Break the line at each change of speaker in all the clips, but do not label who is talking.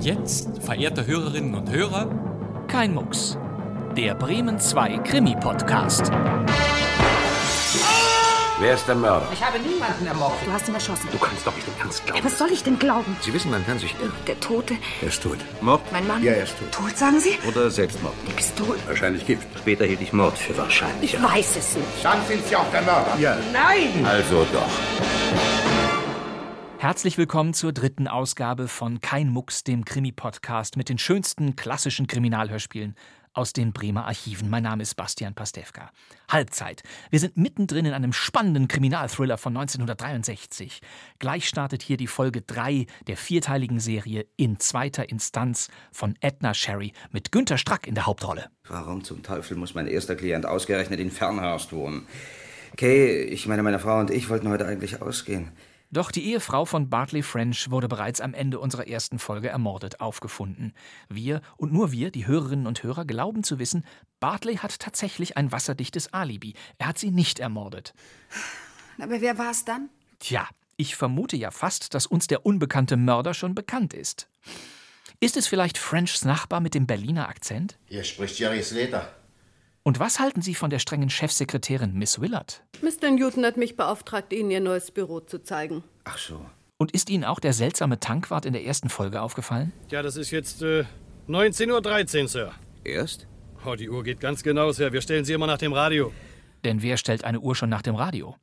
jetzt, verehrte Hörerinnen und Hörer,
Kein Mucks. Der Bremen 2 Krimi-Podcast.
Wer ist der Mörder?
Ich habe niemanden ermordet.
Du hast ihn erschossen.
Du kannst doch nicht im Ernst glauben.
Was soll ich denn glauben?
Sie wissen, man kann sich irren.
Der Tote,
Er ist tot.
mein Mann. Ja, er ist tot. Tot, sagen Sie?
Oder Selbstmord.
Bist du?
Wahrscheinlich Gift. Später hielt ich Mord für wahrscheinlich.
Ich weiß es nicht.
Dann sind Sie auch der Mörder. Ja.
Nein!
Also doch.
Herzlich willkommen zur dritten Ausgabe von Kein Mucks, dem Krimi-Podcast mit den schönsten klassischen Kriminalhörspielen aus den Bremer Archiven. Mein Name ist Bastian Pastewka. Halbzeit. Wir sind mittendrin in einem spannenden Kriminalthriller von 1963. Gleich startet hier die Folge 3 der vierteiligen Serie in zweiter Instanz von Edna Sherry mit Günter Strack in der Hauptrolle.
Warum zum Teufel muss mein erster Klient ausgerechnet in Fernhorst wohnen? Kay, ich meine, meine Frau und ich wollten heute eigentlich ausgehen.
Doch die Ehefrau von Bartley French wurde bereits am Ende unserer ersten Folge ermordet aufgefunden. Wir und nur wir, die Hörerinnen und Hörer, glauben zu wissen, Bartley hat tatsächlich ein wasserdichtes Alibi. Er hat sie nicht ermordet.
Aber wer war es dann?
Tja, ich vermute ja fast, dass uns der unbekannte Mörder schon bekannt ist. Ist es vielleicht Frenchs Nachbar mit dem Berliner Akzent?
Hier spricht Jerry Slater.
Und was halten Sie von der strengen Chefsekretärin Miss Willard?
Mr. Newton hat mich beauftragt, Ihnen Ihr neues Büro zu zeigen.
Ach so.
Und ist Ihnen auch der seltsame Tankwart in der ersten Folge aufgefallen?
Ja, das ist jetzt äh, 19.13 Uhr, Sir.
Erst?
Oh, die Uhr geht ganz genau, Sir. Wir stellen sie immer nach dem Radio.
Denn wer stellt eine Uhr schon nach dem Radio?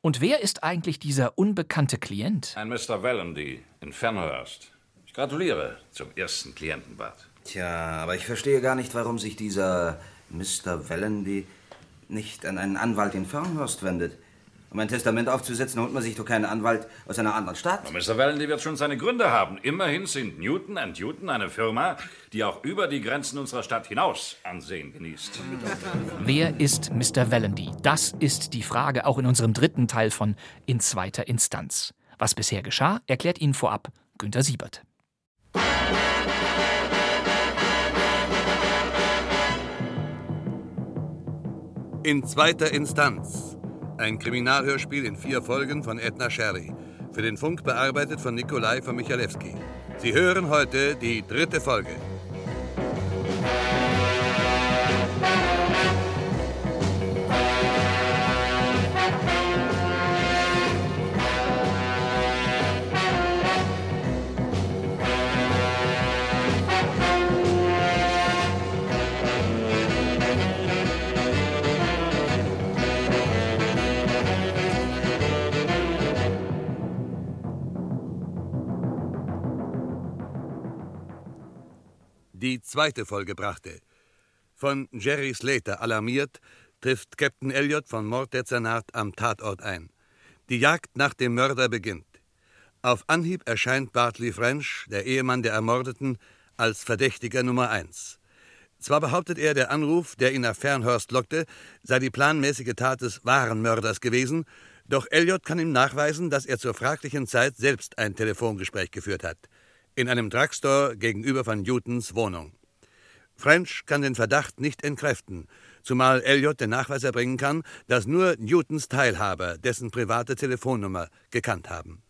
Und wer ist eigentlich dieser unbekannte Klient?
Ein Mr. Vallandy in Fernhurst. Ich gratuliere zum ersten Klientenbad.
Tja, aber ich verstehe gar nicht, warum sich dieser Mr. Wellenby nicht an einen Anwalt in Fernhorst wendet. Um ein Testament aufzusetzen, holt man sich doch keinen Anwalt aus einer anderen Stadt.
Mr. Vallandy wird schon seine Gründe haben. Immerhin sind Newton Newton eine Firma, die auch über die Grenzen unserer Stadt hinaus Ansehen genießt.
Wer ist Mr. Vallandy? Das ist die Frage auch in unserem dritten Teil von In zweiter Instanz. Was bisher geschah, erklärt Ihnen vorab Günter Siebert.
In zweiter Instanz. Ein Kriminalhörspiel in vier Folgen von Edna Sherry. Für den Funk bearbeitet von Nikolai von Michalewski. Sie hören heute die dritte Folge. Die zweite Folge brachte. Von Jerry Slater alarmiert, trifft Captain Elliot von Morddezernat am Tatort ein. Die Jagd nach dem Mörder beginnt. Auf Anhieb erscheint Bartley French, der Ehemann der Ermordeten, als Verdächtiger Nummer eins. Zwar behauptet er, der Anruf, der ihn nach Fernhorst lockte, sei die planmäßige Tat des wahren Mörders gewesen, doch Elliot kann ihm nachweisen, dass er zur fraglichen Zeit selbst ein Telefongespräch geführt hat. In einem Drugstore gegenüber von Newtons Wohnung. French kann den Verdacht nicht entkräften, zumal Elliot den Nachweis erbringen kann, dass nur Newtons Teilhaber dessen private Telefonnummer gekannt haben.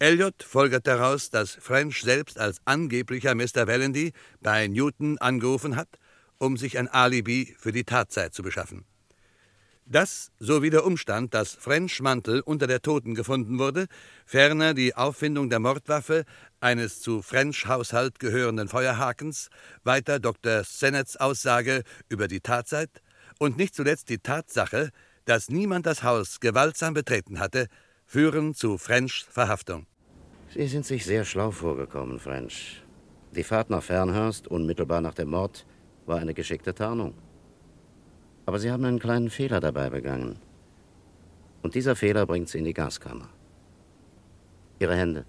Elliot folgert daraus, dass French selbst als angeblicher Mr. Vallandy bei Newton angerufen hat, um sich ein Alibi für die Tatzeit zu beschaffen. Das sowie der Umstand, dass French Mantel unter der Toten gefunden wurde, ferner die Auffindung der Mordwaffe, eines zu French Haushalt gehörenden Feuerhakens, weiter Dr. Sennets Aussage über die Tatzeit und nicht zuletzt die Tatsache, dass niemand das Haus gewaltsam betreten hatte, führen zu Frenchs Verhaftung.
Sie sind sich sehr schlau vorgekommen, French. Die Fahrt nach Fernhurst, unmittelbar nach dem Mord, war eine geschickte Tarnung. Aber Sie haben einen kleinen Fehler dabei begangen. Und dieser Fehler bringt Sie in die Gaskammer. Ihre Hände.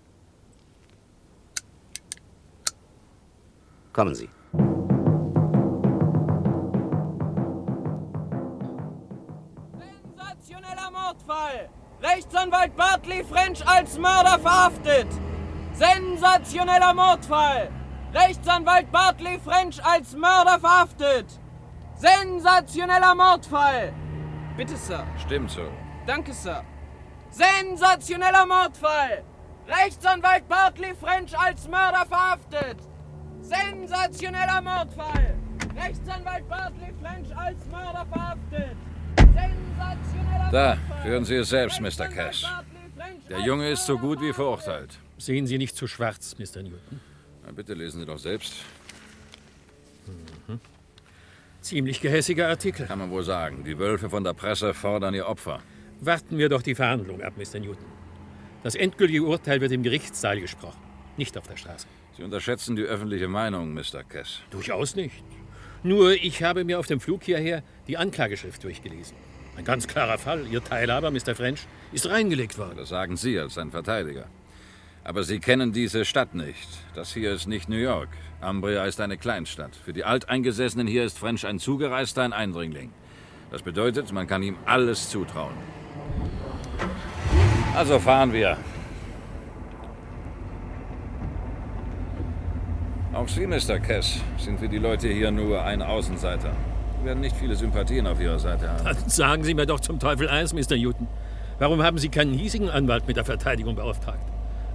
Kommen Sie.
Sensationeller Mordfall! Rechtsanwalt Bartley French als Mörder verhaftet! Sensationeller Mordfall! Rechtsanwalt Bartley French als Mörder verhaftet! Sensationeller Mordfall! Bitte, Sir.
Stimmt so.
Danke, Sir. Sensationeller Mordfall! Rechtsanwalt Bartley French als Mörder verhaftet. Sensationeller Mordfall. Rechtsanwalt Bartley French als Mörder verhaftet. Sensationeller
Da, führen Sie es selbst, Mr. Cash. Der Junge ist so gut wie verurteilt.
Sehen Sie nicht zu schwarz, Mr. Newton.
Na, bitte lesen Sie doch selbst.
Mhm. Ziemlich gehässiger Artikel.
Kann man wohl sagen. Die Wölfe von der Presse fordern ihr Opfer.
Warten wir doch die Verhandlung ab, Mr. Newton. Das endgültige Urteil wird im Gerichtssaal gesprochen, nicht auf der Straße.
Sie unterschätzen die öffentliche Meinung, Mr. Cass.
Durchaus nicht. Nur ich habe mir auf dem Flug hierher die Anklageschrift durchgelesen. Ein ganz klarer Fall. Ihr Teilhaber, Mr. French, ist reingelegt worden.
Das sagen Sie als ein Verteidiger. Aber Sie kennen diese Stadt nicht. Das hier ist nicht New York. Umbria ist eine Kleinstadt. Für die Alteingesessenen hier ist French ein Zugereister, ein Eindringling. Das bedeutet, man kann ihm alles zutrauen. Also fahren wir. Auch Sie, Mr. Cass, sind für die Leute hier nur ein Außenseiter. Sie werden nicht viele Sympathien auf Ihrer Seite haben.
Dann sagen Sie mir doch zum Teufel eins, Mr. Newton. Warum haben Sie keinen hiesigen Anwalt mit der Verteidigung beauftragt?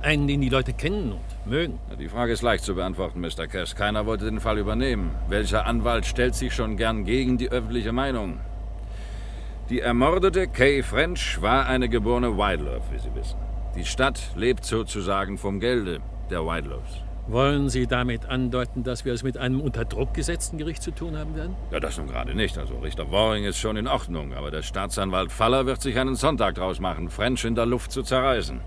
Einen, den die Leute kennen und mögen.
Na, Die Frage ist leicht zu beantworten, Mr. Cass. Keiner wollte den Fall übernehmen. Welcher Anwalt stellt sich schon gern gegen die öffentliche Meinung? Die ermordete Kay French war eine geborene Wildlove, wie Sie wissen. Die Stadt lebt sozusagen vom Gelde der Wildloves.
Wollen Sie damit andeuten, dass wir es mit einem unter Druck gesetzten Gericht zu tun haben werden?
Ja, das nun gerade nicht. Also Richter Waring ist schon in Ordnung, aber der Staatsanwalt Faller wird sich einen Sonntag draus machen, French in der Luft zu zerreißen.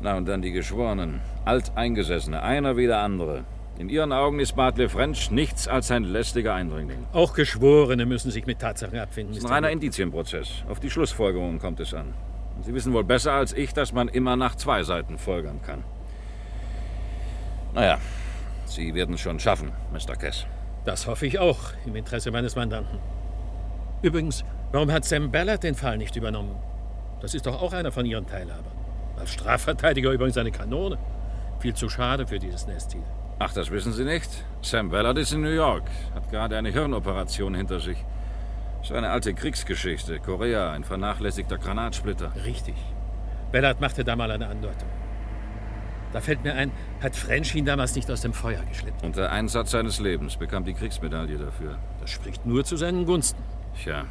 Na, und dann die Geschworenen. Alteingesessene, einer wie der andere. In ihren Augen ist Bartley French nichts als ein lästiger Eindringling.
Auch Geschworene müssen sich mit Tatsachen abfinden.
Es ist
Mr.
ein reiner
Newton.
Indizienprozess. Auf die Schlussfolgerungen kommt es an. Und Sie wissen wohl besser als ich, dass man immer nach zwei Seiten folgern kann. Naja, Sie werden es schon schaffen, Mr. Cass.
Das hoffe ich auch, im Interesse meines Mandanten. Übrigens, warum hat Sam Ballard den Fall nicht übernommen? Das ist doch auch einer von Ihren Teilhabern. Als Strafverteidiger übrigens eine Kanone. Viel zu schade für dieses Nest hier.
Ach, das wissen Sie nicht? Sam Ballard ist in New York, hat gerade eine Hirnoperation hinter sich. So eine alte Kriegsgeschichte. Korea, ein vernachlässigter Granatsplitter.
Richtig. Bellard machte da mal eine Andeutung. Da fällt mir ein, hat French ihn damals nicht aus dem Feuer geschleppt?
Unter Einsatz seines Lebens bekam die Kriegsmedaille dafür.
Das spricht nur zu seinen Gunsten.
Tja.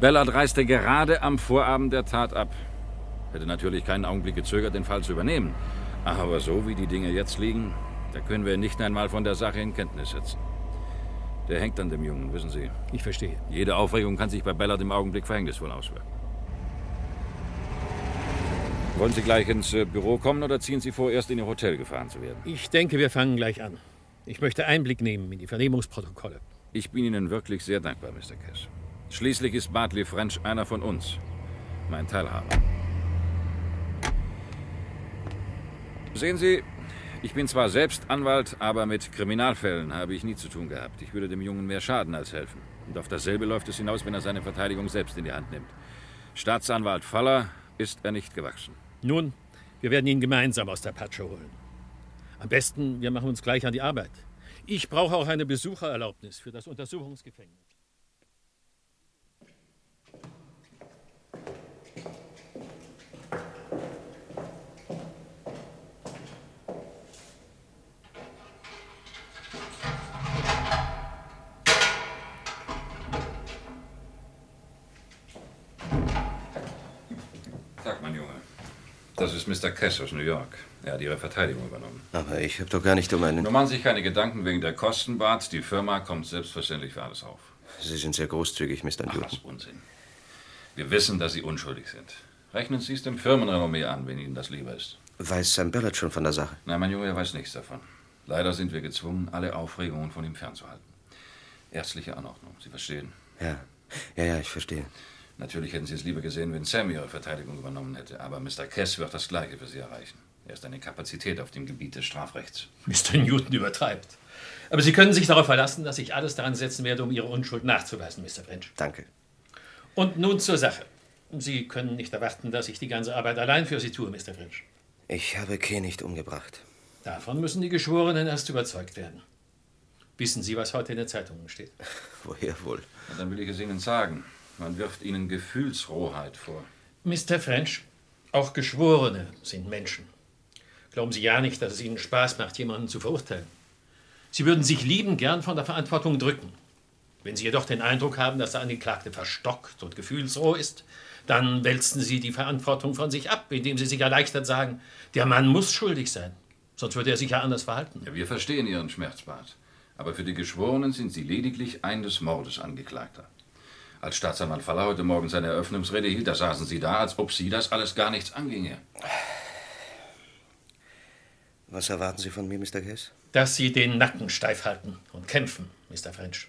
Bellard reiste gerade am Vorabend der Tat ab. Hätte natürlich keinen Augenblick gezögert, den Fall zu übernehmen. Aber so wie die Dinge jetzt liegen, da können wir ihn nicht einmal von der Sache in Kenntnis setzen. Der hängt an dem Jungen, wissen Sie.
Ich verstehe.
Jede Aufregung kann sich bei Bellard im Augenblick verhängnisvoll auswirken. Wollen Sie gleich ins äh, Büro kommen oder ziehen Sie vor, erst in Ihr Hotel gefahren zu werden?
Ich denke, wir fangen gleich an. Ich möchte Einblick nehmen in die Vernehmungsprotokolle.
Ich bin Ihnen wirklich sehr dankbar, Mr. Cash. Schließlich ist Bartley French einer von uns. Mein Teilhaber. Sehen Sie, ich bin zwar selbst Anwalt, aber mit Kriminalfällen habe ich nie zu tun gehabt. Ich würde dem Jungen mehr schaden als helfen. Und auf dasselbe läuft es hinaus, wenn er seine Verteidigung selbst in die Hand nimmt. Staatsanwalt Faller ist er nicht gewachsen.
Nun, wir werden ihn gemeinsam aus der Patsche holen. Am besten, wir machen uns gleich an die Arbeit. Ich brauche auch eine Besuchererlaubnis für das Untersuchungsgefängnis.
Sag, mein Junge. Das ist Mr. Cash aus New York. Er hat Ihre Verteidigung übernommen.
Aber ich habe doch gar nicht um einen...
Nur machen Sie sich keine Gedanken wegen der Kosten, Bart. Die Firma kommt selbstverständlich für alles auf.
Sie sind sehr großzügig, Mr. Newton.
Unsinn. Wir wissen, dass Sie unschuldig sind. Rechnen Sie es dem Firmenrenommee an, wenn Ihnen das lieber ist.
Weiß Sam Ballard schon von der Sache?
Nein, mein Junge, er weiß nichts davon. Leider sind wir gezwungen, alle Aufregungen von ihm fernzuhalten. Ärztliche Anordnung, Sie verstehen.
Ja. Ja, ja, ich verstehe.
Natürlich hätten Sie es lieber gesehen, wenn Sam Ihre Verteidigung übernommen hätte, aber Mr. Kess wird das Gleiche für Sie erreichen. Er ist eine Kapazität auf dem Gebiet des Strafrechts.
Mr. Newton übertreibt. Aber Sie können sich darauf verlassen, dass ich alles daran setzen werde, um Ihre Unschuld nachzuweisen, Mr. French.
Danke.
Und nun zur Sache. Sie können nicht erwarten, dass ich die ganze Arbeit allein für Sie tue, Mr. French.
Ich habe Kay nicht umgebracht.
Davon müssen die Geschworenen erst überzeugt werden. Wissen Sie, was heute in den Zeitungen steht?
Woher wohl?
Und dann will ich es Ihnen sagen. Man wirft Ihnen Gefühlsrohheit vor.
Mr. French, Auch Geschworene sind Menschen. Glauben Sie ja nicht, dass es Ihnen Spaß macht, jemanden zu verurteilen. Sie würden sich lieben gern von der Verantwortung drücken. Wenn Sie jedoch den Eindruck haben, dass der Angeklagte verstockt und gefühlsroh ist, dann wälzen Sie die Verantwortung von sich ab, indem Sie sich erleichtert sagen, der Mann muss schuldig sein, sonst würde er sich ja anders verhalten.
Ja, wir verstehen Ihren Schmerz, Barth. Aber für die Geschworenen sind Sie lediglich eines Mordes Angeklagter. Als Staatsanwalt Faller heute Morgen seine Eröffnungsrede hielt, da saßen Sie da, als ob Sie das alles gar nichts anginge.
Was erwarten Sie von mir, Mr. Case?
Dass Sie den Nacken steif halten und kämpfen, Mr. French.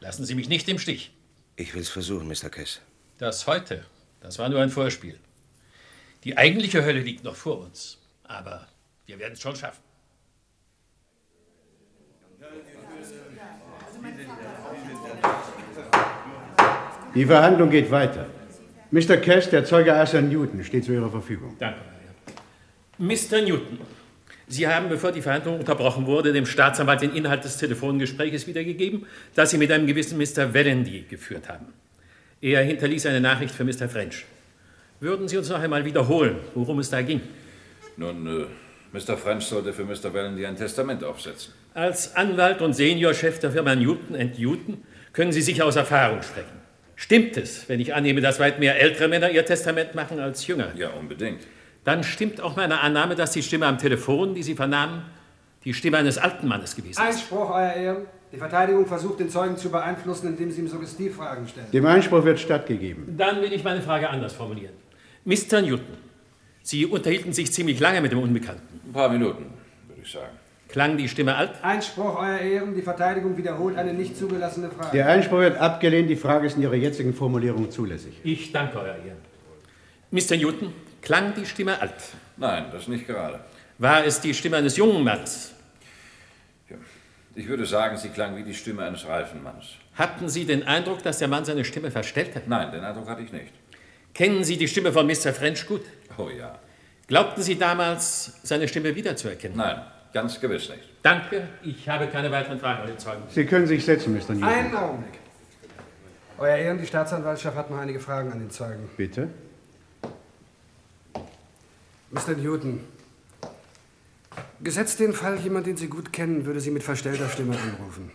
Lassen Sie mich nicht im Stich.
Ich will's versuchen, Mr. Case.
Das heute, das war nur ein Vorspiel. Die eigentliche Hölle liegt noch vor uns. Aber wir werden es schon schaffen.
Die Verhandlung geht weiter. Mr. Cash, der Zeuge Arthur Newton, steht zu Ihrer Verfügung.
Danke. Mr. Newton, Sie haben, bevor die Verhandlung unterbrochen wurde, dem Staatsanwalt den Inhalt des Telefongespräches wiedergegeben, das Sie mit einem gewissen Mr. Wellendy geführt haben. Er hinterließ eine Nachricht für Mr. French. Würden Sie uns noch einmal wiederholen, worum es da ging?
Nun, äh, Mr. French sollte für Mr. Wellendy ein Testament aufsetzen.
Als Anwalt und Seniorchef der Firma Newton Newton können Sie sicher aus Erfahrung sprechen. Stimmt es, wenn ich annehme, dass weit mehr ältere Männer ihr Testament machen als jünger?
Ja, unbedingt.
Dann stimmt auch meine Annahme, dass die Stimme am Telefon, die Sie vernahmen, die Stimme eines alten Mannes gewesen ist.
Einspruch, Euer Ehren. Die Verteidigung versucht, den Zeugen zu beeinflussen, indem sie ihm Suggestivfragen stellt.
Dem Einspruch wird stattgegeben.
Dann will ich meine Frage anders formulieren. Mr. Newton, Sie unterhielten sich ziemlich lange mit dem Unbekannten.
Ein paar Minuten, würde ich sagen.
Klang die Stimme alt?
Einspruch, Euer Ehren. Die Verteidigung wiederholt eine nicht zugelassene Frage.
Der Einspruch wird abgelehnt. Die Frage ist in Ihrer jetzigen Formulierung zulässig.
Ich danke, Euer Ehren. Mr. Newton, klang die Stimme alt?
Nein, das nicht gerade.
War es die Stimme eines jungen Mannes?
Ich würde sagen, sie klang wie die Stimme eines reifen Mannes.
Hatten Sie den Eindruck, dass der Mann seine Stimme verstellt hat?
Nein, den Eindruck hatte ich nicht.
Kennen Sie die Stimme von Mr. French gut?
Oh ja.
Glaubten Sie damals, seine Stimme wiederzuerkennen?
Nein, ganz gewiss nicht.
Danke, ich habe keine weiteren Fragen an den Zeugen.
Sie können sich setzen, Mr. Newton.
Einen Augenblick. Euer Ehren, die Staatsanwaltschaft hat noch einige Fragen an den Zeugen.
Bitte?
Mr. Newton, gesetzt den Fall, jemand, den Sie gut kennen, würde Sie mit verstellter Stimme anrufen.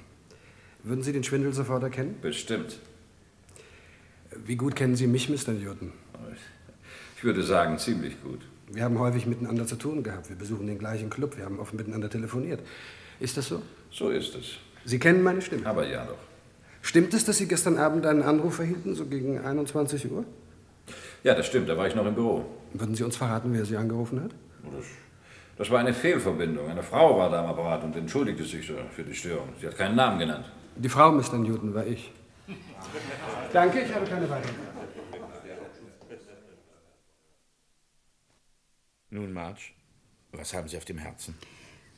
Würden Sie den Schwindel sofort erkennen?
Bestimmt.
Wie gut kennen Sie mich, Mr. Newton?
Oh, Ich würde sagen, ziemlich gut.
Wir haben häufig miteinander zu tun gehabt. Wir besuchen den gleichen Club. Wir haben oft miteinander telefoniert. Ist das so?
So ist es.
Sie kennen meine Stimme.
Aber ja doch.
Stimmt es, dass Sie gestern Abend einen Anruf erhielten, so gegen 21 Uhr?
Ja, das stimmt, da war ich noch im Büro.
Würden Sie uns verraten, wer Sie angerufen hat?
Das, das war eine Fehlverbindung. Eine Frau war da am Apparat und entschuldigte sich so für die Störung. Sie hat keinen Namen genannt.
Die Frau, Mr. Newton, war ich. Danke, ich habe keine weiteren.
Nun, Marge, was haben Sie auf dem Herzen?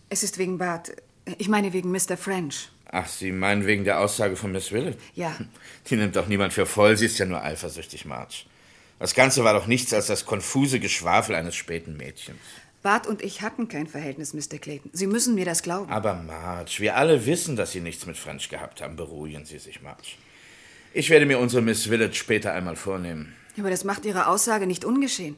Es ist wegen Bart. Ich meine wegen Mr. French.
Ach, Sie meinen wegen der Aussage von Miss Willett?
Ja.
Die nimmt doch niemand für voll, sie ist ja nur eifersüchtig, Marge. Das Ganze war doch nichts als das konfuse Geschwafel eines späten Mädchens.
Bart und ich hatten kein Verhältnis, Mr. Clayton. Sie müssen mir das glauben.
Aber Marge, wir alle wissen, dass Sie nichts mit French gehabt haben. Beruhigen Sie sich, Marge. Ich werde mir unsere Miss Willett später einmal vornehmen.
Aber das macht Ihre Aussage nicht ungeschehen.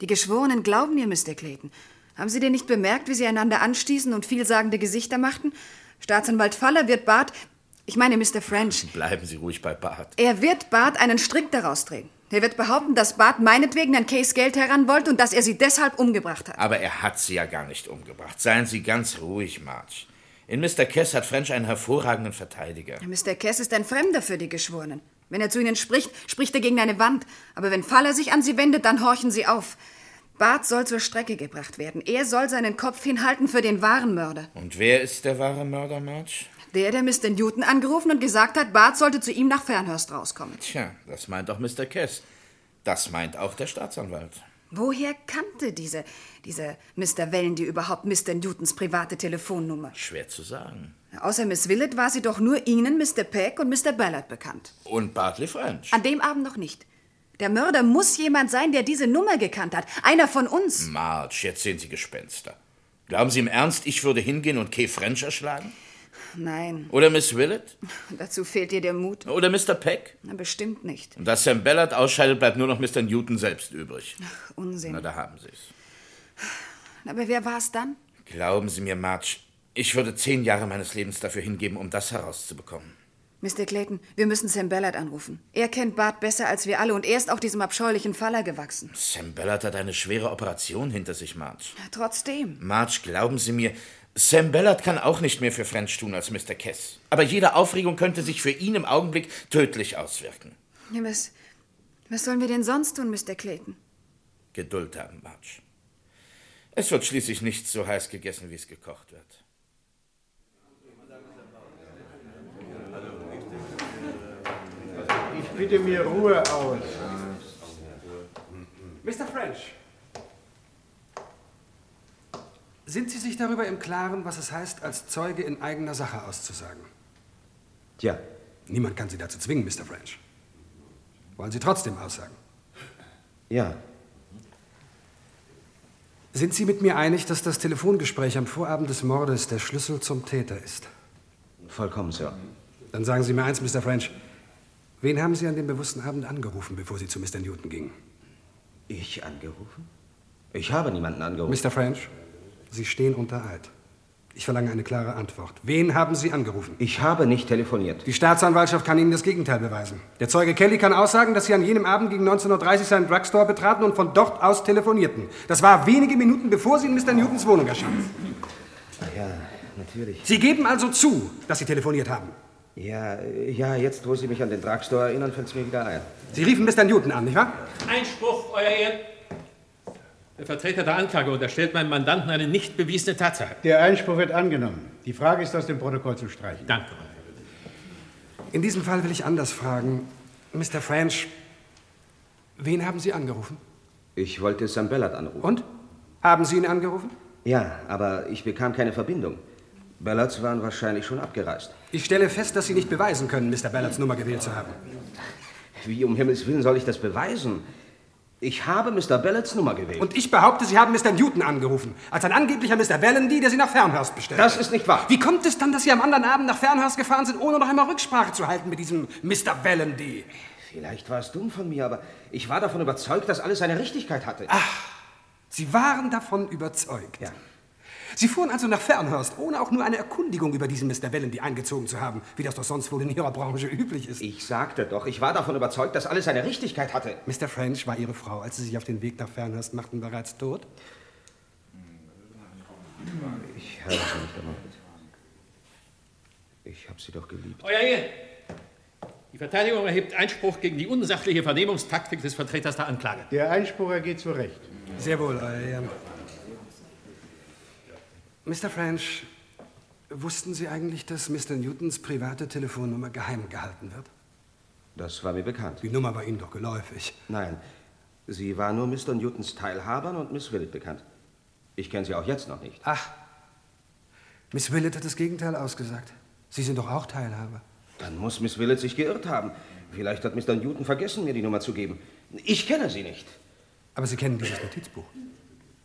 Die Geschworenen glauben ihr, Mr. Clayton. Haben Sie denn nicht bemerkt, wie Sie einander anstießen und vielsagende Gesichter machten? Staatsanwalt Faller wird Bart, ich meine Mr. French,
Bleiben Sie ruhig bei Bart.
er wird Bart einen Strick daraus drehen. Er wird behaupten, dass Bart meinetwegen an Case Geld heran wollte und dass er sie deshalb umgebracht hat.
Aber er hat sie ja gar nicht umgebracht. Seien Sie ganz ruhig, Marge. In Mr. Kess hat French einen hervorragenden Verteidiger.
Mr. Kess ist ein Fremder für die Geschworenen. Wenn er zu ihnen spricht, spricht er gegen eine Wand. Aber wenn Faller sich an sie wendet, dann horchen sie auf. Bart soll zur Strecke gebracht werden. Er soll seinen Kopf hinhalten für den wahren Mörder.
Und wer ist der wahre Mörder, Marge?
Der, der Mr. Newton angerufen und gesagt hat, Bart sollte zu ihm nach Fernhurst rauskommen.
Tja, das meint auch Mr. Kess. Das meint auch der Staatsanwalt.
Woher kannte diese, diese Mr. Wellendy überhaupt Mr. Newtons private Telefonnummer?
Schwer zu sagen.
Außer Miss Willett war sie doch nur Ihnen, Mr. Peck und Mr. Ballard bekannt.
Und Bartley French.
An dem Abend noch nicht. Der Mörder muss jemand sein, der diese Nummer gekannt hat. Einer von uns.
Marge, jetzt sehen Sie Gespenster. Glauben Sie im Ernst, ich würde hingehen und Kay French erschlagen?
Nein,
Oder Miss Willett?
dazu fehlt dir der Mut.
Oder Mr. Peck?
Na, bestimmt nicht.
Und dass Sam Ballard ausscheidet, bleibt nur noch Mr. Newton selbst übrig.
Unsinn.
Na, da haben Sie es.
Aber wer war es dann?
Glauben Sie mir, Marge, ich würde zehn Jahre meines Lebens dafür hingeben, um das herauszubekommen.
Mr. Clayton, wir müssen Sam Ballard anrufen. Er kennt Bart besser als wir alle und er ist auch diesem abscheulichen Faller gewachsen.
Sam Ballard hat eine schwere Operation hinter sich, Marge.
Trotzdem.
Marge, glauben Sie mir, Sam Ballard kann auch nicht mehr für French tun als Mr. Kess. Aber jede Aufregung könnte sich für ihn im Augenblick tödlich auswirken.
Ja, was, was sollen wir denn sonst tun, Mr. Clayton?
Geduld haben, Marge. Es wird schließlich nicht so heiß gegessen, wie es gekocht wird.
Ich bitte mir Ruhe aus.
Mr. French. Sind Sie sich darüber im Klaren, was es heißt, als Zeuge in eigener Sache auszusagen?
Tja.
Niemand kann Sie dazu zwingen, Mr. French. Wollen Sie trotzdem aussagen?
Ja.
Sind Sie mit mir einig, dass das Telefongespräch am Vorabend des Mordes der Schlüssel zum Täter ist?
Vollkommen, Sir.
Dann sagen Sie mir eins, Mr. French. Wen haben Sie an dem bewussten Abend angerufen, bevor Sie zu Mr. Newton gingen?
Ich angerufen? Ich habe niemanden angerufen.
Mr. French, Sie stehen unter Eid. Ich verlange eine klare Antwort. Wen haben Sie angerufen?
Ich habe nicht telefoniert.
Die Staatsanwaltschaft kann Ihnen das Gegenteil beweisen. Der Zeuge Kelly kann aussagen, dass Sie an jenem Abend gegen 19.30 Uhr seinen Drugstore betraten und von dort aus telefonierten. Das war wenige Minuten, bevor Sie in Mr. Newtons Wohnung erschienen. Ah
Ja, natürlich.
Sie geben also zu, dass Sie telefoniert haben.
Ja, äh, ja, jetzt, wo Sie mich an den Drugstore erinnern, fällt es mir wieder ein.
Sie riefen Mr. Newton an, nicht wahr?
Einspruch, Euer Ehren. Der Vertreter der Anklage unterstellt meinem Mandanten eine nicht bewiesene Tatsache.
Der Einspruch wird angenommen. Die Frage ist aus dem Protokoll zu streichen.
Danke.
In diesem Fall will ich anders fragen. Mr. French, wen haben Sie angerufen?
Ich wollte Sam Bellard anrufen.
Und? Haben Sie ihn angerufen?
Ja, aber ich bekam keine Verbindung. Bellards waren wahrscheinlich schon abgereist.
Ich stelle fest, dass Sie nicht beweisen können, Mr. Ballards Nummer gewählt zu haben.
Wie um Himmels Willen soll ich das beweisen? Ich habe Mr. Bellards Nummer gewählt.
Und ich behaupte, Sie haben Mr. Newton angerufen, als ein angeblicher Mr. Vallendy, der Sie nach Fernhurst bestellt.
Das ist nicht wahr.
Wie kommt es dann, dass Sie am anderen Abend nach Fernhurst gefahren sind, ohne noch einmal Rücksprache zu halten mit diesem Mr. Vallendy?
Vielleicht war es dumm von mir, aber ich war davon überzeugt, dass alles seine Richtigkeit hatte.
Ach, Ah, Sie waren davon überzeugt. Ja. Sie fuhren also nach Fernhurst, ohne auch nur eine Erkundigung über diesen Mr. Vallendy eingezogen zu haben, wie das doch sonst wohl in Ihrer Branche üblich ist.
Ich sagte doch, ich war davon überzeugt, dass alles seine Richtigkeit hatte.
Mr. French war Ihre Frau, als Sie sich auf den Weg nach Fernhurst machten, bereits tot?
Ich habe sie nicht ermordet. Ich habe sie doch geliebt.
Euer Ehren. Die Verteidigung erhebt Einspruch gegen die unsachliche Vernehmungstaktik des Vertreters der Anklage.
Der Einspruch ergeht zu Recht.
Sehr wohl, äh, Euer Ehren. Mr. French, wussten Sie eigentlich, dass Mr. Newtons private Telefonnummer geheim gehalten wird?
Das war mir bekannt.
Die Nummer war Ihnen doch geläufig.
Nein, sie war nur Mr. Newtons Teilhabern und Miss Willett bekannt. Ich kenne sie auch jetzt noch nicht.
Ach, Miss Willett hat das Gegenteil ausgesagt. Sie sind doch auch Teilhaber.
Dann muss Miss Willett sich geirrt haben. Vielleicht hat Mr. Newton vergessen, mir die Nummer zu geben. Ich kenne sie nicht.
Aber Sie kennen dieses Notizbuch.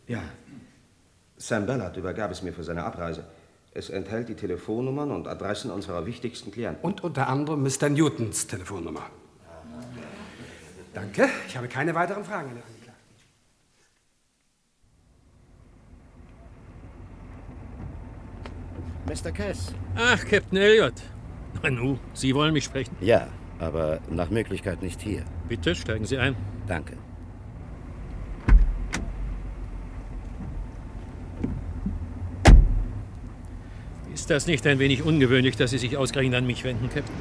Ja. Sam Ballard übergab es mir für seine Abreise. Es enthält die Telefonnummern und Adressen unserer wichtigsten Klienten.
Und unter anderem Mr. Newtons Telefonnummer. Danke, ich habe keine weiteren Fragen. an den Angeklagten.
Mr. Kess.
Ach, Captain Elliot. Nanu, Sie wollen mich sprechen?
Ja, aber nach Möglichkeit nicht hier.
Bitte steigen Sie ein.
Danke.
Ist das nicht ein wenig ungewöhnlich, dass Sie sich ausgerechnet an mich wenden, Captain?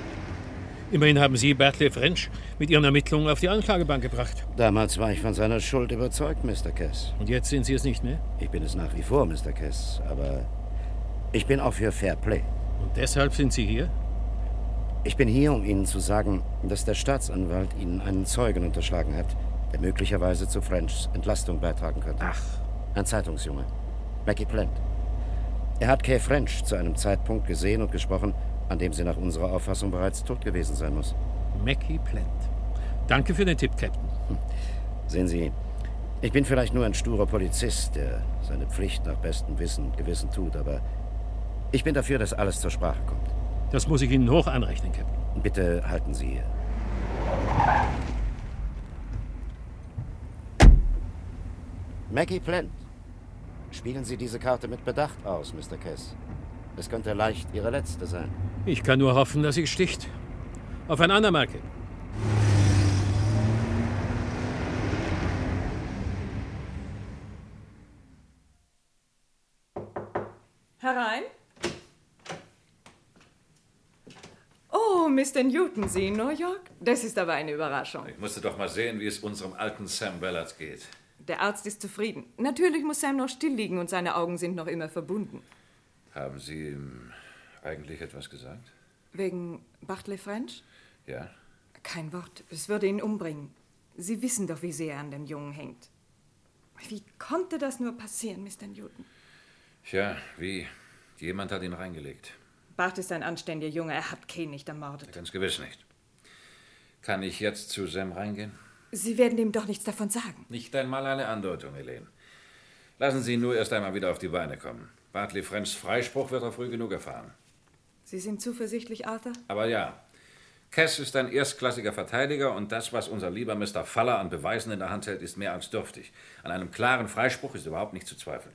Immerhin haben Sie Bertle French mit Ihren Ermittlungen auf die Anklagebank gebracht.
Damals war ich von seiner Schuld überzeugt, Mr. Kess.
Und jetzt sind Sie es nicht mehr?
Ich bin es nach wie vor, Mr. Kess, aber ich bin auch für Fair Play.
Und deshalb sind Sie hier?
Ich bin hier, um Ihnen zu sagen, dass der Staatsanwalt Ihnen einen Zeugen unterschlagen hat, der möglicherweise zu Frenchs Entlastung beitragen könnte. Ach. Ein Zeitungsjunge. Mackie Plant. Er hat Kay French zu einem Zeitpunkt gesehen und gesprochen, an dem sie nach unserer Auffassung bereits tot gewesen sein muss.
Mackie Plant. Danke für den Tipp, Captain.
Sehen Sie, ich bin vielleicht nur ein sturer Polizist, der seine Pflicht nach bestem Wissen und Gewissen tut, aber Ich bin dafür, dass alles zur Sprache kommt.
Das muss ich Ihnen hoch anrechnen, Captain.
Bitte halten Sie hier. Maggie Plant, spielen Sie diese Karte mit Bedacht aus, Mr. Kess. Es könnte leicht Ihre letzte sein.
Ich kann nur hoffen, dass sie sticht. Auf ein andermal, Captain.
Herein. Oh, Mr. Newton, Sie in New York? Das ist aber eine Überraschung.
Ich musste doch mal sehen, wie es unserem alten Sam Ballard geht.
Der Arzt ist zufrieden. Natürlich muss Sam noch still liegen und seine Augen sind noch immer verbunden.
Haben Sie ihm eigentlich etwas gesagt?
Wegen Bartley French?
Ja.
Kein Wort. Es würde ihn umbringen. Sie wissen doch, wie sehr er an dem Jungen hängt. Wie konnte das nur passieren, Mr. Newton?
Tja, wie? Jemand hat ihn reingelegt.
Bart ist ein anständiger Junge. Er hat Kay nicht ermordet.
Ganz gewiss nicht. Kann ich jetzt zu Sam reingehen?
Sie werden ihm doch nichts davon sagen.
Nicht einmal eine Andeutung, Helene. Lassen Sie ihn nur erst einmal wieder auf die Beine kommen. Bartley Frenchs Freispruch wird er früh genug erfahren.
Sie sind zuversichtlich, Arthur?
Aber ja, Cass ist ein erstklassiger Verteidiger und das, was unser lieber Mr. Faller an Beweisen in der Hand hält, ist mehr als dürftig. An einem klaren Freispruch ist überhaupt nicht zu zweifeln.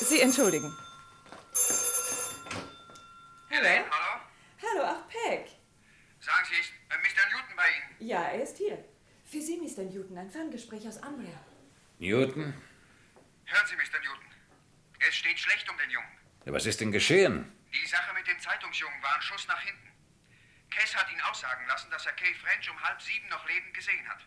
Sie entschuldigen.
Helen? Hallo?
Hallo, ach, Peck.
Sagen Sie, ist äh, Mr. Newton bei Ihnen?
Ja, er ist hier. Für Sie, Mr. Newton, ein Ferngespräch aus Umbria.
Newton?
Hören Sie, Mr. Newton. Es steht schlecht um den Jungen.
Ja, Was ist denn geschehen?
Die Sache mit dem Zeitungsjungen war ein Schuss nach hinten. Kess hat ihn aussagen lassen, dass er Kay French um halb sieben noch lebend gesehen hat.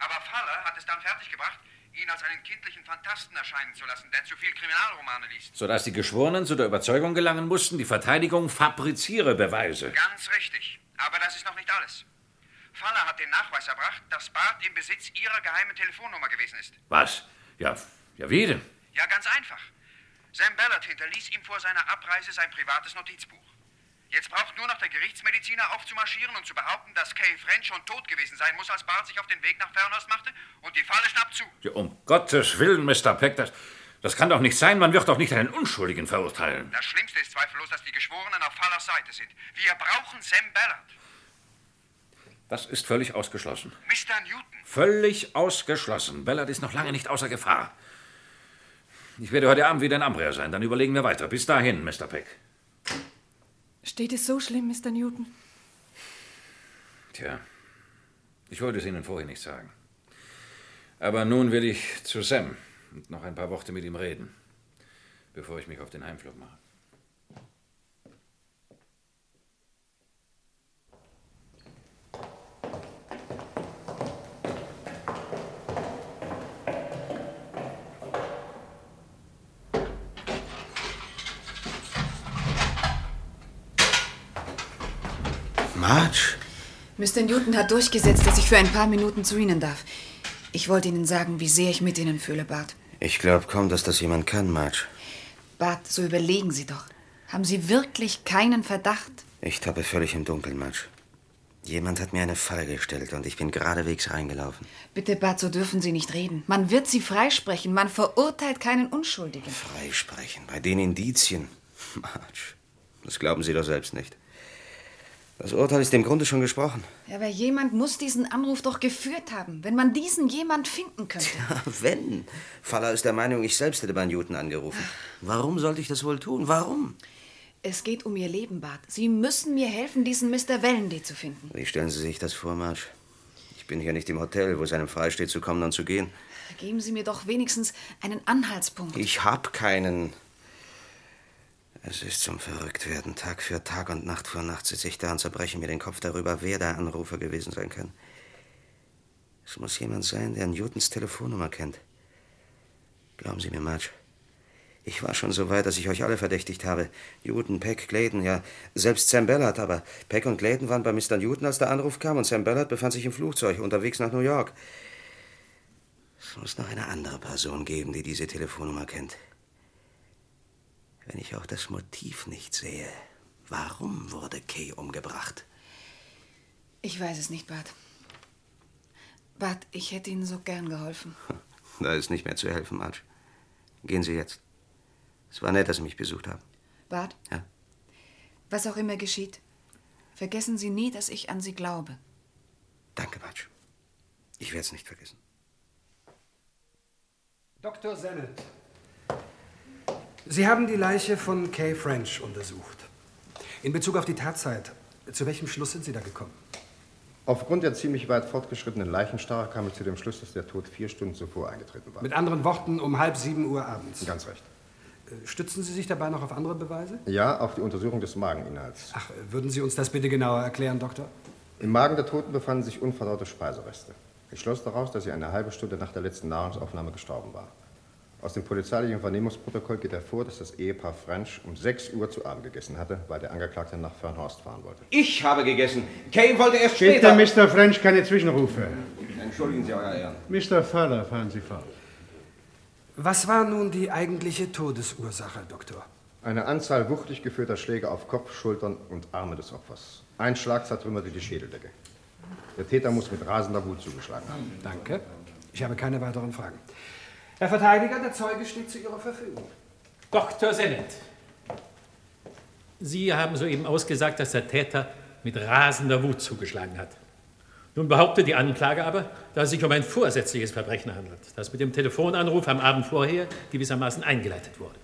Aber Faller hat es dann fertiggebracht, ihn als einen kindlichen Fantasten erscheinen zu lassen, der zu viel Kriminalromane liest.
Sodass die Geschworenen zu der Überzeugung gelangen mussten, die Verteidigung fabriziere Beweise.
Ganz richtig. Aber das ist noch nicht alles. Faller hat den Nachweis erbracht, dass Bart im Besitz ihrer geheimen Telefonnummer gewesen ist.
Was? Ja, ja, wie denn?
Ja, ganz einfach. Sam Ballard hinterließ ihm vor seiner Abreise sein privates Notizbuch. Jetzt braucht nur noch der Gerichtsmediziner aufzumarschieren und zu behaupten, dass Kay French schon tot gewesen sein muss, als Bart sich auf den Weg nach Fernhorst machte und die Falle schnappt zu.
Ja, um Gottes Willen, Mr. Peck, das, das kann doch nicht sein. Man wird doch nicht einen Unschuldigen verurteilen.
Das Schlimmste ist zweifellos, dass die Geschworenen auf Fallers Seite sind. Wir brauchen Sam Ballard.
Das ist völlig ausgeschlossen.
Mr. Newton,
Völlig ausgeschlossen. Bellard ist noch lange nicht außer Gefahr. Ich werde heute Abend wieder in Ambria sein. Dann überlegen wir weiter. Bis dahin, Mr. Peck.
Steht es so schlimm, Mr. Newton?
Tja, ich wollte es Ihnen vorher nicht sagen. Aber nun will ich zu Sam und noch ein paar Worte mit ihm reden, bevor ich mich auf den Heimflug mache.
Marge?
Mr. Newton hat durchgesetzt, dass ich für ein paar Minuten zu Ihnen darf. Ich wollte Ihnen sagen, wie sehr ich mit Ihnen fühle, Bart.
Ich glaube kaum, dass das jemand kann, Marge.
Bart, so überlegen Sie doch. Haben Sie wirklich keinen Verdacht?
Ich tappe völlig im Dunkeln, Marge. Jemand hat mir eine Falle gestellt und ich bin geradewegs reingelaufen.
Bitte, Bart, so dürfen Sie nicht reden. Man wird Sie freisprechen. Man verurteilt keinen Unschuldigen.
Freisprechen, bei den Indizien. Marge, das glauben Sie doch selbst nicht. Das Urteil ist im Grunde schon gesprochen.
Ja, aber jemand muss diesen Anruf doch geführt haben, wenn man diesen jemand finden könnte.
Wenn. Faller ist der Meinung, ich selbst hätte bei Newton angerufen. Warum sollte ich das wohl tun? Warum?
Es geht um Ihr Leben, Bart. Sie müssen mir helfen, diesen Mr. Wellendy zu finden.
Wie stellen Sie sich das vor, Marge? Ich bin hier nicht im Hotel, wo es einem freisteht, zu kommen und zu gehen.
Geben Sie mir doch wenigstens einen Anhaltspunkt.
Ich hab keinen. Es ist zum Verrücktwerden. Tag für Tag und Nacht für Nacht sitze ich da und zerbreche mir den Kopf darüber, wer der Anrufer gewesen sein kann. Es muss jemand sein, der Newtons Telefonnummer kennt. Glauben Sie mir, Marge. Ich war schon so weit, dass ich euch alle verdächtigt habe. Newton, Peck, Clayton, ja, selbst Sam Ballard, aber Peck und Clayton waren bei Mr. Newton, als der Anruf kam, und Sam Ballard befand sich im Flugzeug, unterwegs nach New York. Es muss noch eine andere Person geben, die diese Telefonnummer kennt. Wenn ich auch das Motiv nicht sehe, warum wurde Kay umgebracht?
Ich weiß es nicht, Bart. Bart, ich hätte Ihnen so gern geholfen.
Da ist nicht mehr zu helfen, Marge. Gehen Sie jetzt. Es war nett, dass Sie mich besucht haben.
Bart?
Ja?
Was auch immer geschieht, vergessen Sie nie, dass ich an Sie glaube.
Danke, Batsch. Ich werde es nicht vergessen.
Dr. Sennett. Sie haben die Leiche von Kay French untersucht. In Bezug auf die Tatzeit, zu welchem Schluss sind Sie da gekommen?
Aufgrund der ziemlich weit fortgeschrittenen Leichenstarre kam ich zu dem Schluss, dass der Tod vier Stunden zuvor eingetreten war.
Mit anderen Worten, um halb sieben Uhr abends. Äh,
Ganz recht.
Stützen Sie sich dabei noch auf andere Beweise?
Ja, auf die Untersuchung des Mageninhalts.
Ach, würden Sie uns das bitte genauer erklären, Doktor?
Im Magen der Toten befanden sich unverdaute Speisereste. Ich schloss daraus, dass sie eine halbe Stunde nach der letzten Nahrungsaufnahme gestorben war. Aus dem polizeilichen Vernehmungsprotokoll geht hervor, dass das Ehepaar French um 6 Uhr zu Abend gegessen hatte, weil der Angeklagte nach Fernhorst fahren wollte.
Ich habe gegessen. Kay wollte erst
Bitte,
später.
Mr. French, keine Zwischenrufe.
Entschuldigen Sie, Euer Ehren.
Mr. Faller, fahren Sie fort.
Was war nun die eigentliche Todesursache, Doktor?
Eine Anzahl wuchtig geführter Schläge auf Kopf, Schultern und Arme des Opfers. Ein Schlag zertrümmerte die Schädeldecke. Der Täter muss mit rasender Wut zugeschlagen haben.
Danke. Ich habe keine weiteren Fragen. Herr Verteidiger, der Zeuge steht zu Ihrer Verfügung.
Dr. Sennett. Sie haben soeben ausgesagt, dass der Täter mit rasender Wut zugeschlagen hat. Nun behauptet die Anklage aber, dass es sich um ein vorsätzliches Verbrechen handelt, das mit dem Telefonanruf am Abend vorher gewissermaßen eingeleitet wurde.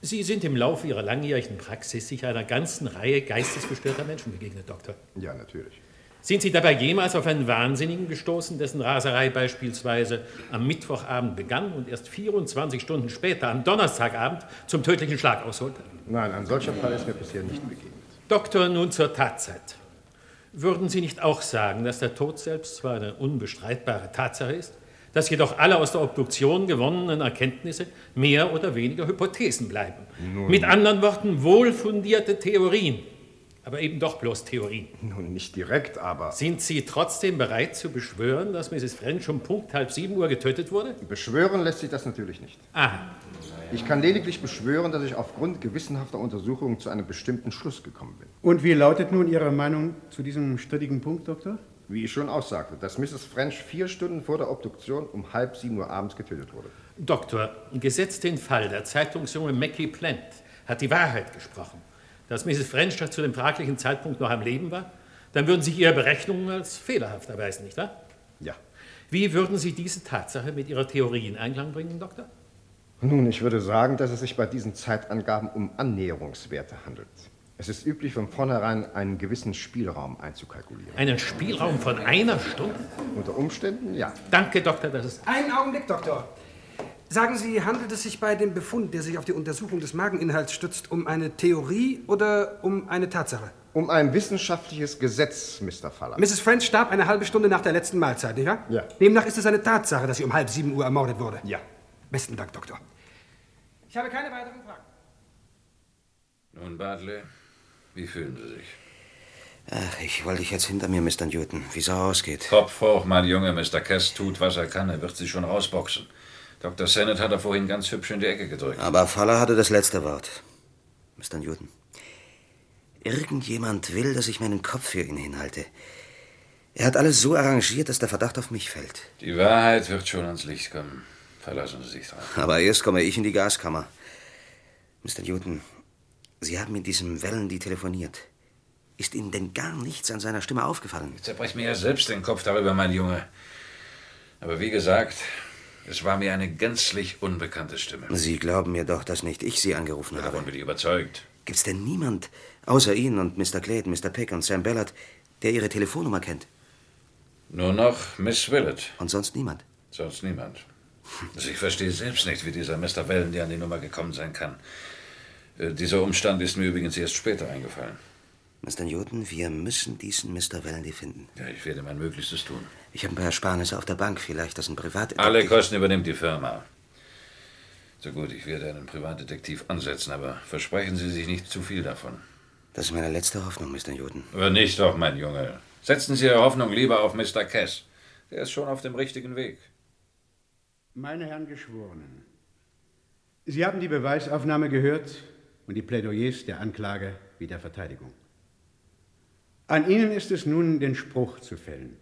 Sie sind im Laufe Ihrer langjährigen Praxis sicher einer ganzen Reihe geistesgestörter Menschen begegnet, Doktor.
Ja, natürlich.
Sind Sie dabei jemals auf einen Wahnsinnigen gestoßen, dessen Raserei beispielsweise am Mittwochabend begann und erst 24 Stunden später, am Donnerstagabend, zum tödlichen Schlag ausholte?
Nein, ein solcher Fall ist mir bisher nicht begegnet.
Doktor, nun zur Tatzeit. Würden Sie nicht auch sagen, dass der Tod selbst zwar eine unbestreitbare Tatsache ist, dass jedoch alle aus der Obduktion gewonnenen Erkenntnisse mehr oder weniger Hypothesen bleiben?
Nun-
Mit anderen Worten, wohlfundierte Theorien, aber eben doch bloß Theorien.
Nun nicht direkt, aber.
Sind Sie trotzdem bereit zu beschwören, dass Mrs. French um Punkt halb sieben Uhr getötet wurde?
Beschwören lässt sich das natürlich nicht.
Ah,
Ich kann lediglich beschwören, dass ich aufgrund gewissenhafter Untersuchungen zu einem bestimmten Schluss gekommen bin.
Und wie lautet nun Ihre Meinung zu diesem strittigen Punkt, Doktor?
Wie ich schon aussagte, dass Mrs. French vier Stunden vor der Obduktion um halb sieben Uhr abends getötet wurde.
Doktor, gesetzt den Fall, der Zeitungsjunge Mackie Plant hat die Wahrheit gesprochen, dass Mrs. French zu dem fraglichen Zeitpunkt noch am Leben war, dann würden sich Ihre Berechnungen als fehlerhaft erweisen, nicht wahr?
Ja.
Wie würden Sie diese Tatsache mit Ihrer Theorie in Einklang bringen, Doktor?
Nun, ich würde sagen, dass es sich bei diesen Zeitangaben um Annäherungswerte handelt. Es ist üblich, von vornherein einen gewissen Spielraum einzukalkulieren.
Einen Spielraum von einer Stunde?
Unter Umständen, ja.
Danke, Doktor, das ist.
Einen Augenblick, Doktor. Sagen Sie, handelt es sich bei dem Befund, der sich auf die Untersuchung des Mageninhalts stützt, um eine Theorie oder um eine Tatsache?
Um ein wissenschaftliches Gesetz, Mr. Faller.
Mrs. French starb eine halbe Stunde nach der letzten Mahlzeit, nicht wahr?
Ja.
Demnach ist es eine Tatsache, dass sie um halb sieben Uhr ermordet wurde.
Ja.
Besten Dank, Doktor. Ich habe keine weiteren Fragen.
Nun, Bartley, wie fühlen Sie sich?
Ach, ich wollte dich jetzt hinter mir, Mr. Newton. Wie es ausgeht.
Kopf hoch, mein Junge. Mr. Kess tut, was er kann. Er wird Sie schon rausboxen. Dr. Sennett hat er vorhin ganz hübsch in die Ecke gedrückt.
Aber Faller hatte das letzte Wort. Mr. Newton. Irgendjemand will, dass ich meinen Kopf für ihn hinhalte. Er hat alles so arrangiert, dass der Verdacht auf mich fällt.
Die Wahrheit wird schon ans Licht kommen. Verlassen Sie sich drauf.
Aber erst komme ich in die Gaskammer. Mr. Newton, Sie haben mit diesem Wellendy telefoniert. Ist Ihnen denn gar nichts an seiner Stimme aufgefallen?
Zerbrech mir ja selbst den Kopf darüber, mein Junge. Aber wie gesagt, es war mir eine gänzlich unbekannte Stimme.
Sie glauben mir doch, dass nicht ich Sie angerufen habe. Davon
bin ich überzeugt.
Gibt's denn niemand, außer Ihnen und Mr. Clayton, Mr. Peck und Sam Ballard, der Ihre Telefonnummer kennt?
Nur noch Miss Willett.
Und sonst niemand?
Sonst niemand. Also ich verstehe selbst nicht, wie dieser Mr. Wellendy an die Nummer gekommen sein kann. Äh, dieser Umstand ist mir übrigens erst später eingefallen.
Mr. Newton, wir müssen diesen Mr. Wellendy finden.
Ja, ich werde mein Möglichstes tun.
Ich habe ein paar Ersparnisse auf der Bank, vielleicht das ein Privat...
Alle Kosten übernimmt die Firma. So gut, ich werde einen Privatdetektiv ansetzen, aber versprechen Sie sich nicht zu viel davon.
Das ist meine letzte Hoffnung, Mr. Newton.
Aber Äh, nicht doch, mein Junge. Setzen Sie Ihre Hoffnung lieber auf Mr. Cass. Der ist schon auf dem richtigen Weg.
Meine Herren Geschworenen, Sie haben die Beweisaufnahme gehört und die Plädoyers der Anklage wie der Verteidigung. An Ihnen ist es nun, den Spruch zu fällen.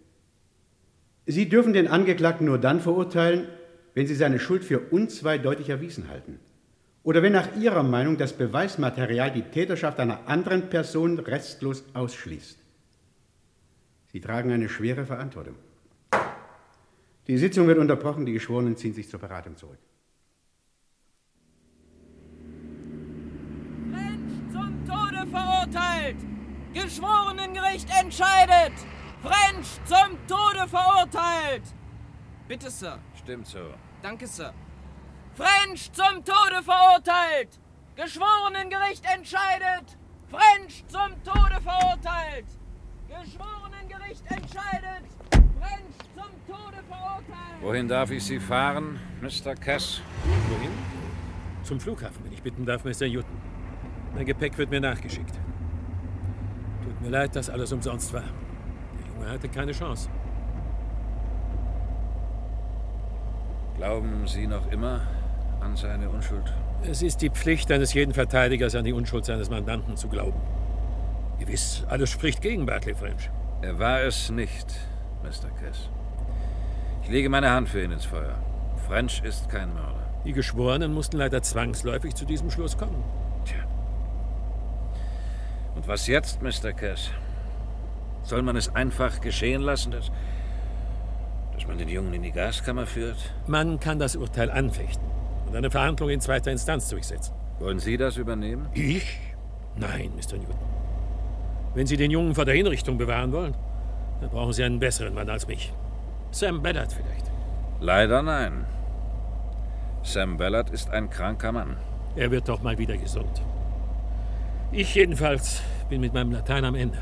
Sie dürfen den Angeklagten nur dann verurteilen, wenn Sie seine Schuld für unzweideutig erwiesen halten Oder wenn nach Ihrer Meinung das Beweismaterial die Täterschaft einer anderen Person restlos ausschließt. Sie tragen eine schwere Verantwortung. Die Sitzung wird unterbrochen, die Geschworenen ziehen sich zur Beratung zurück.
Zum Tode verurteilt! Geschworenengericht entscheidet! French zum Tode verurteilt! Bitte, Sir.
Stimmt so.
Danke, Sir. French zum Tode verurteilt! Geschworenengericht entscheidet! French zum Tode verurteilt! Geschworenengericht entscheidet! French zum Tode verurteilt!
Wohin darf ich Sie fahren, Mr. Cass?
Wohin? Zum Flughafen, wenn ich bitten darf, Mr. Newton. Mein Gepäck wird mir nachgeschickt. Tut mir leid, dass alles umsonst war. Der Junge hatte keine Chance.
Glauben Sie noch immer an seine Unschuld?
Es ist die Pflicht eines jeden Verteidigers, an die Unschuld seines Mandanten zu glauben. Gewiss, alles spricht gegen Bartley French.
Er war es nicht, Mr. Cass. Ich lege meine Hand für ihn ins Feuer. French ist kein Mörder.
Die Geschworenen mussten leider zwangsläufig zu diesem Schluss kommen.
Und was jetzt, Mr. Cass? Soll man es einfach geschehen lassen, dass, dass man den Jungen in die Gaskammer führt?
Man kann das Urteil anfechten und eine Verhandlung in zweiter Instanz durchsetzen.
Wollen Sie das übernehmen?
Ich? Nein, Mr. Newton. Wenn Sie den Jungen vor der Hinrichtung bewahren wollen, dann brauchen Sie einen besseren Mann als mich. Sam Ballard vielleicht.
Leider nein. Sam Ballard ist ein kranker Mann.
Er wird doch mal wieder gesund. Ich jedenfalls bin mit meinem Latein am Ende.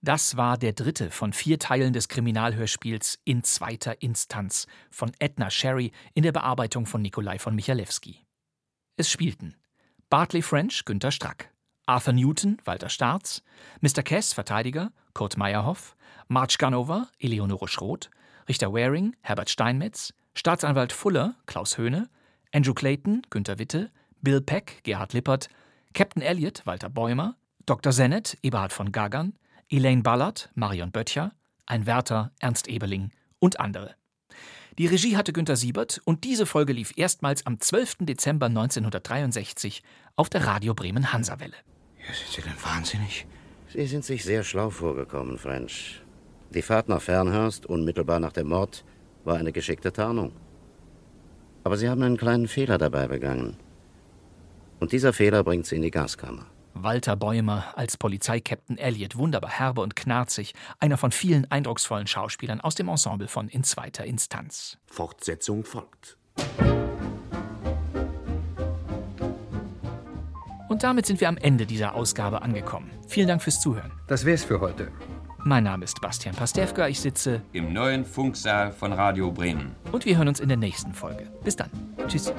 Das war der dritte von vier Teilen des Kriminalhörspiels in zweiter Instanz von Edna Sherry in der Bearbeitung von Nikolai von Michalewski. Es spielten Bartley French, Günter Strack, Arthur Newton, Walter Staats, Mr. Cass, Verteidiger, Kurt Meyerhoff, Marge Ganover, Eleonore Schroth, Richter Waring, Herbert Steinmetz, Staatsanwalt Fuller, Klaus Höhne, Andrew Clayton, Günter Witte, Bill Peck, Gerhard Lippert, Captain Elliot, Walter Bäumer, Dr. Sennett, Eberhard von Gagern, Elaine Ballard, Marion Böttcher, ein Wärter, Ernst Ebeling und andere. Die Regie hatte Günter Siebert und diese Folge lief erstmals am 12. Dezember 1963 auf der Radio Bremen Hansawelle.
Ja, sind Sie denn wahnsinnig? Sie sind sich sehr schlau vorgekommen, French. Die Fahrt nach Fernhurst, unmittelbar nach dem Mord, war eine geschickte Tarnung. Aber Sie haben einen kleinen Fehler dabei begangen. Und dieser Fehler bringt Sie in die Gaskammer.
Walter Bäumer als Polizeikapitän Elliot, wunderbar herbe und knarzig, einer von vielen eindrucksvollen Schauspielern aus dem Ensemble von In zweiter Instanz.
Fortsetzung folgt.
Und damit sind wir am Ende dieser Ausgabe angekommen. Vielen Dank fürs Zuhören.
Das wär's für heute.
Mein Name ist Bastian Pastewka, ich sitze
Im neuen Funksaal von Radio Bremen.
und wir hören uns in der nächsten Folge. Bis dann. Tschüss.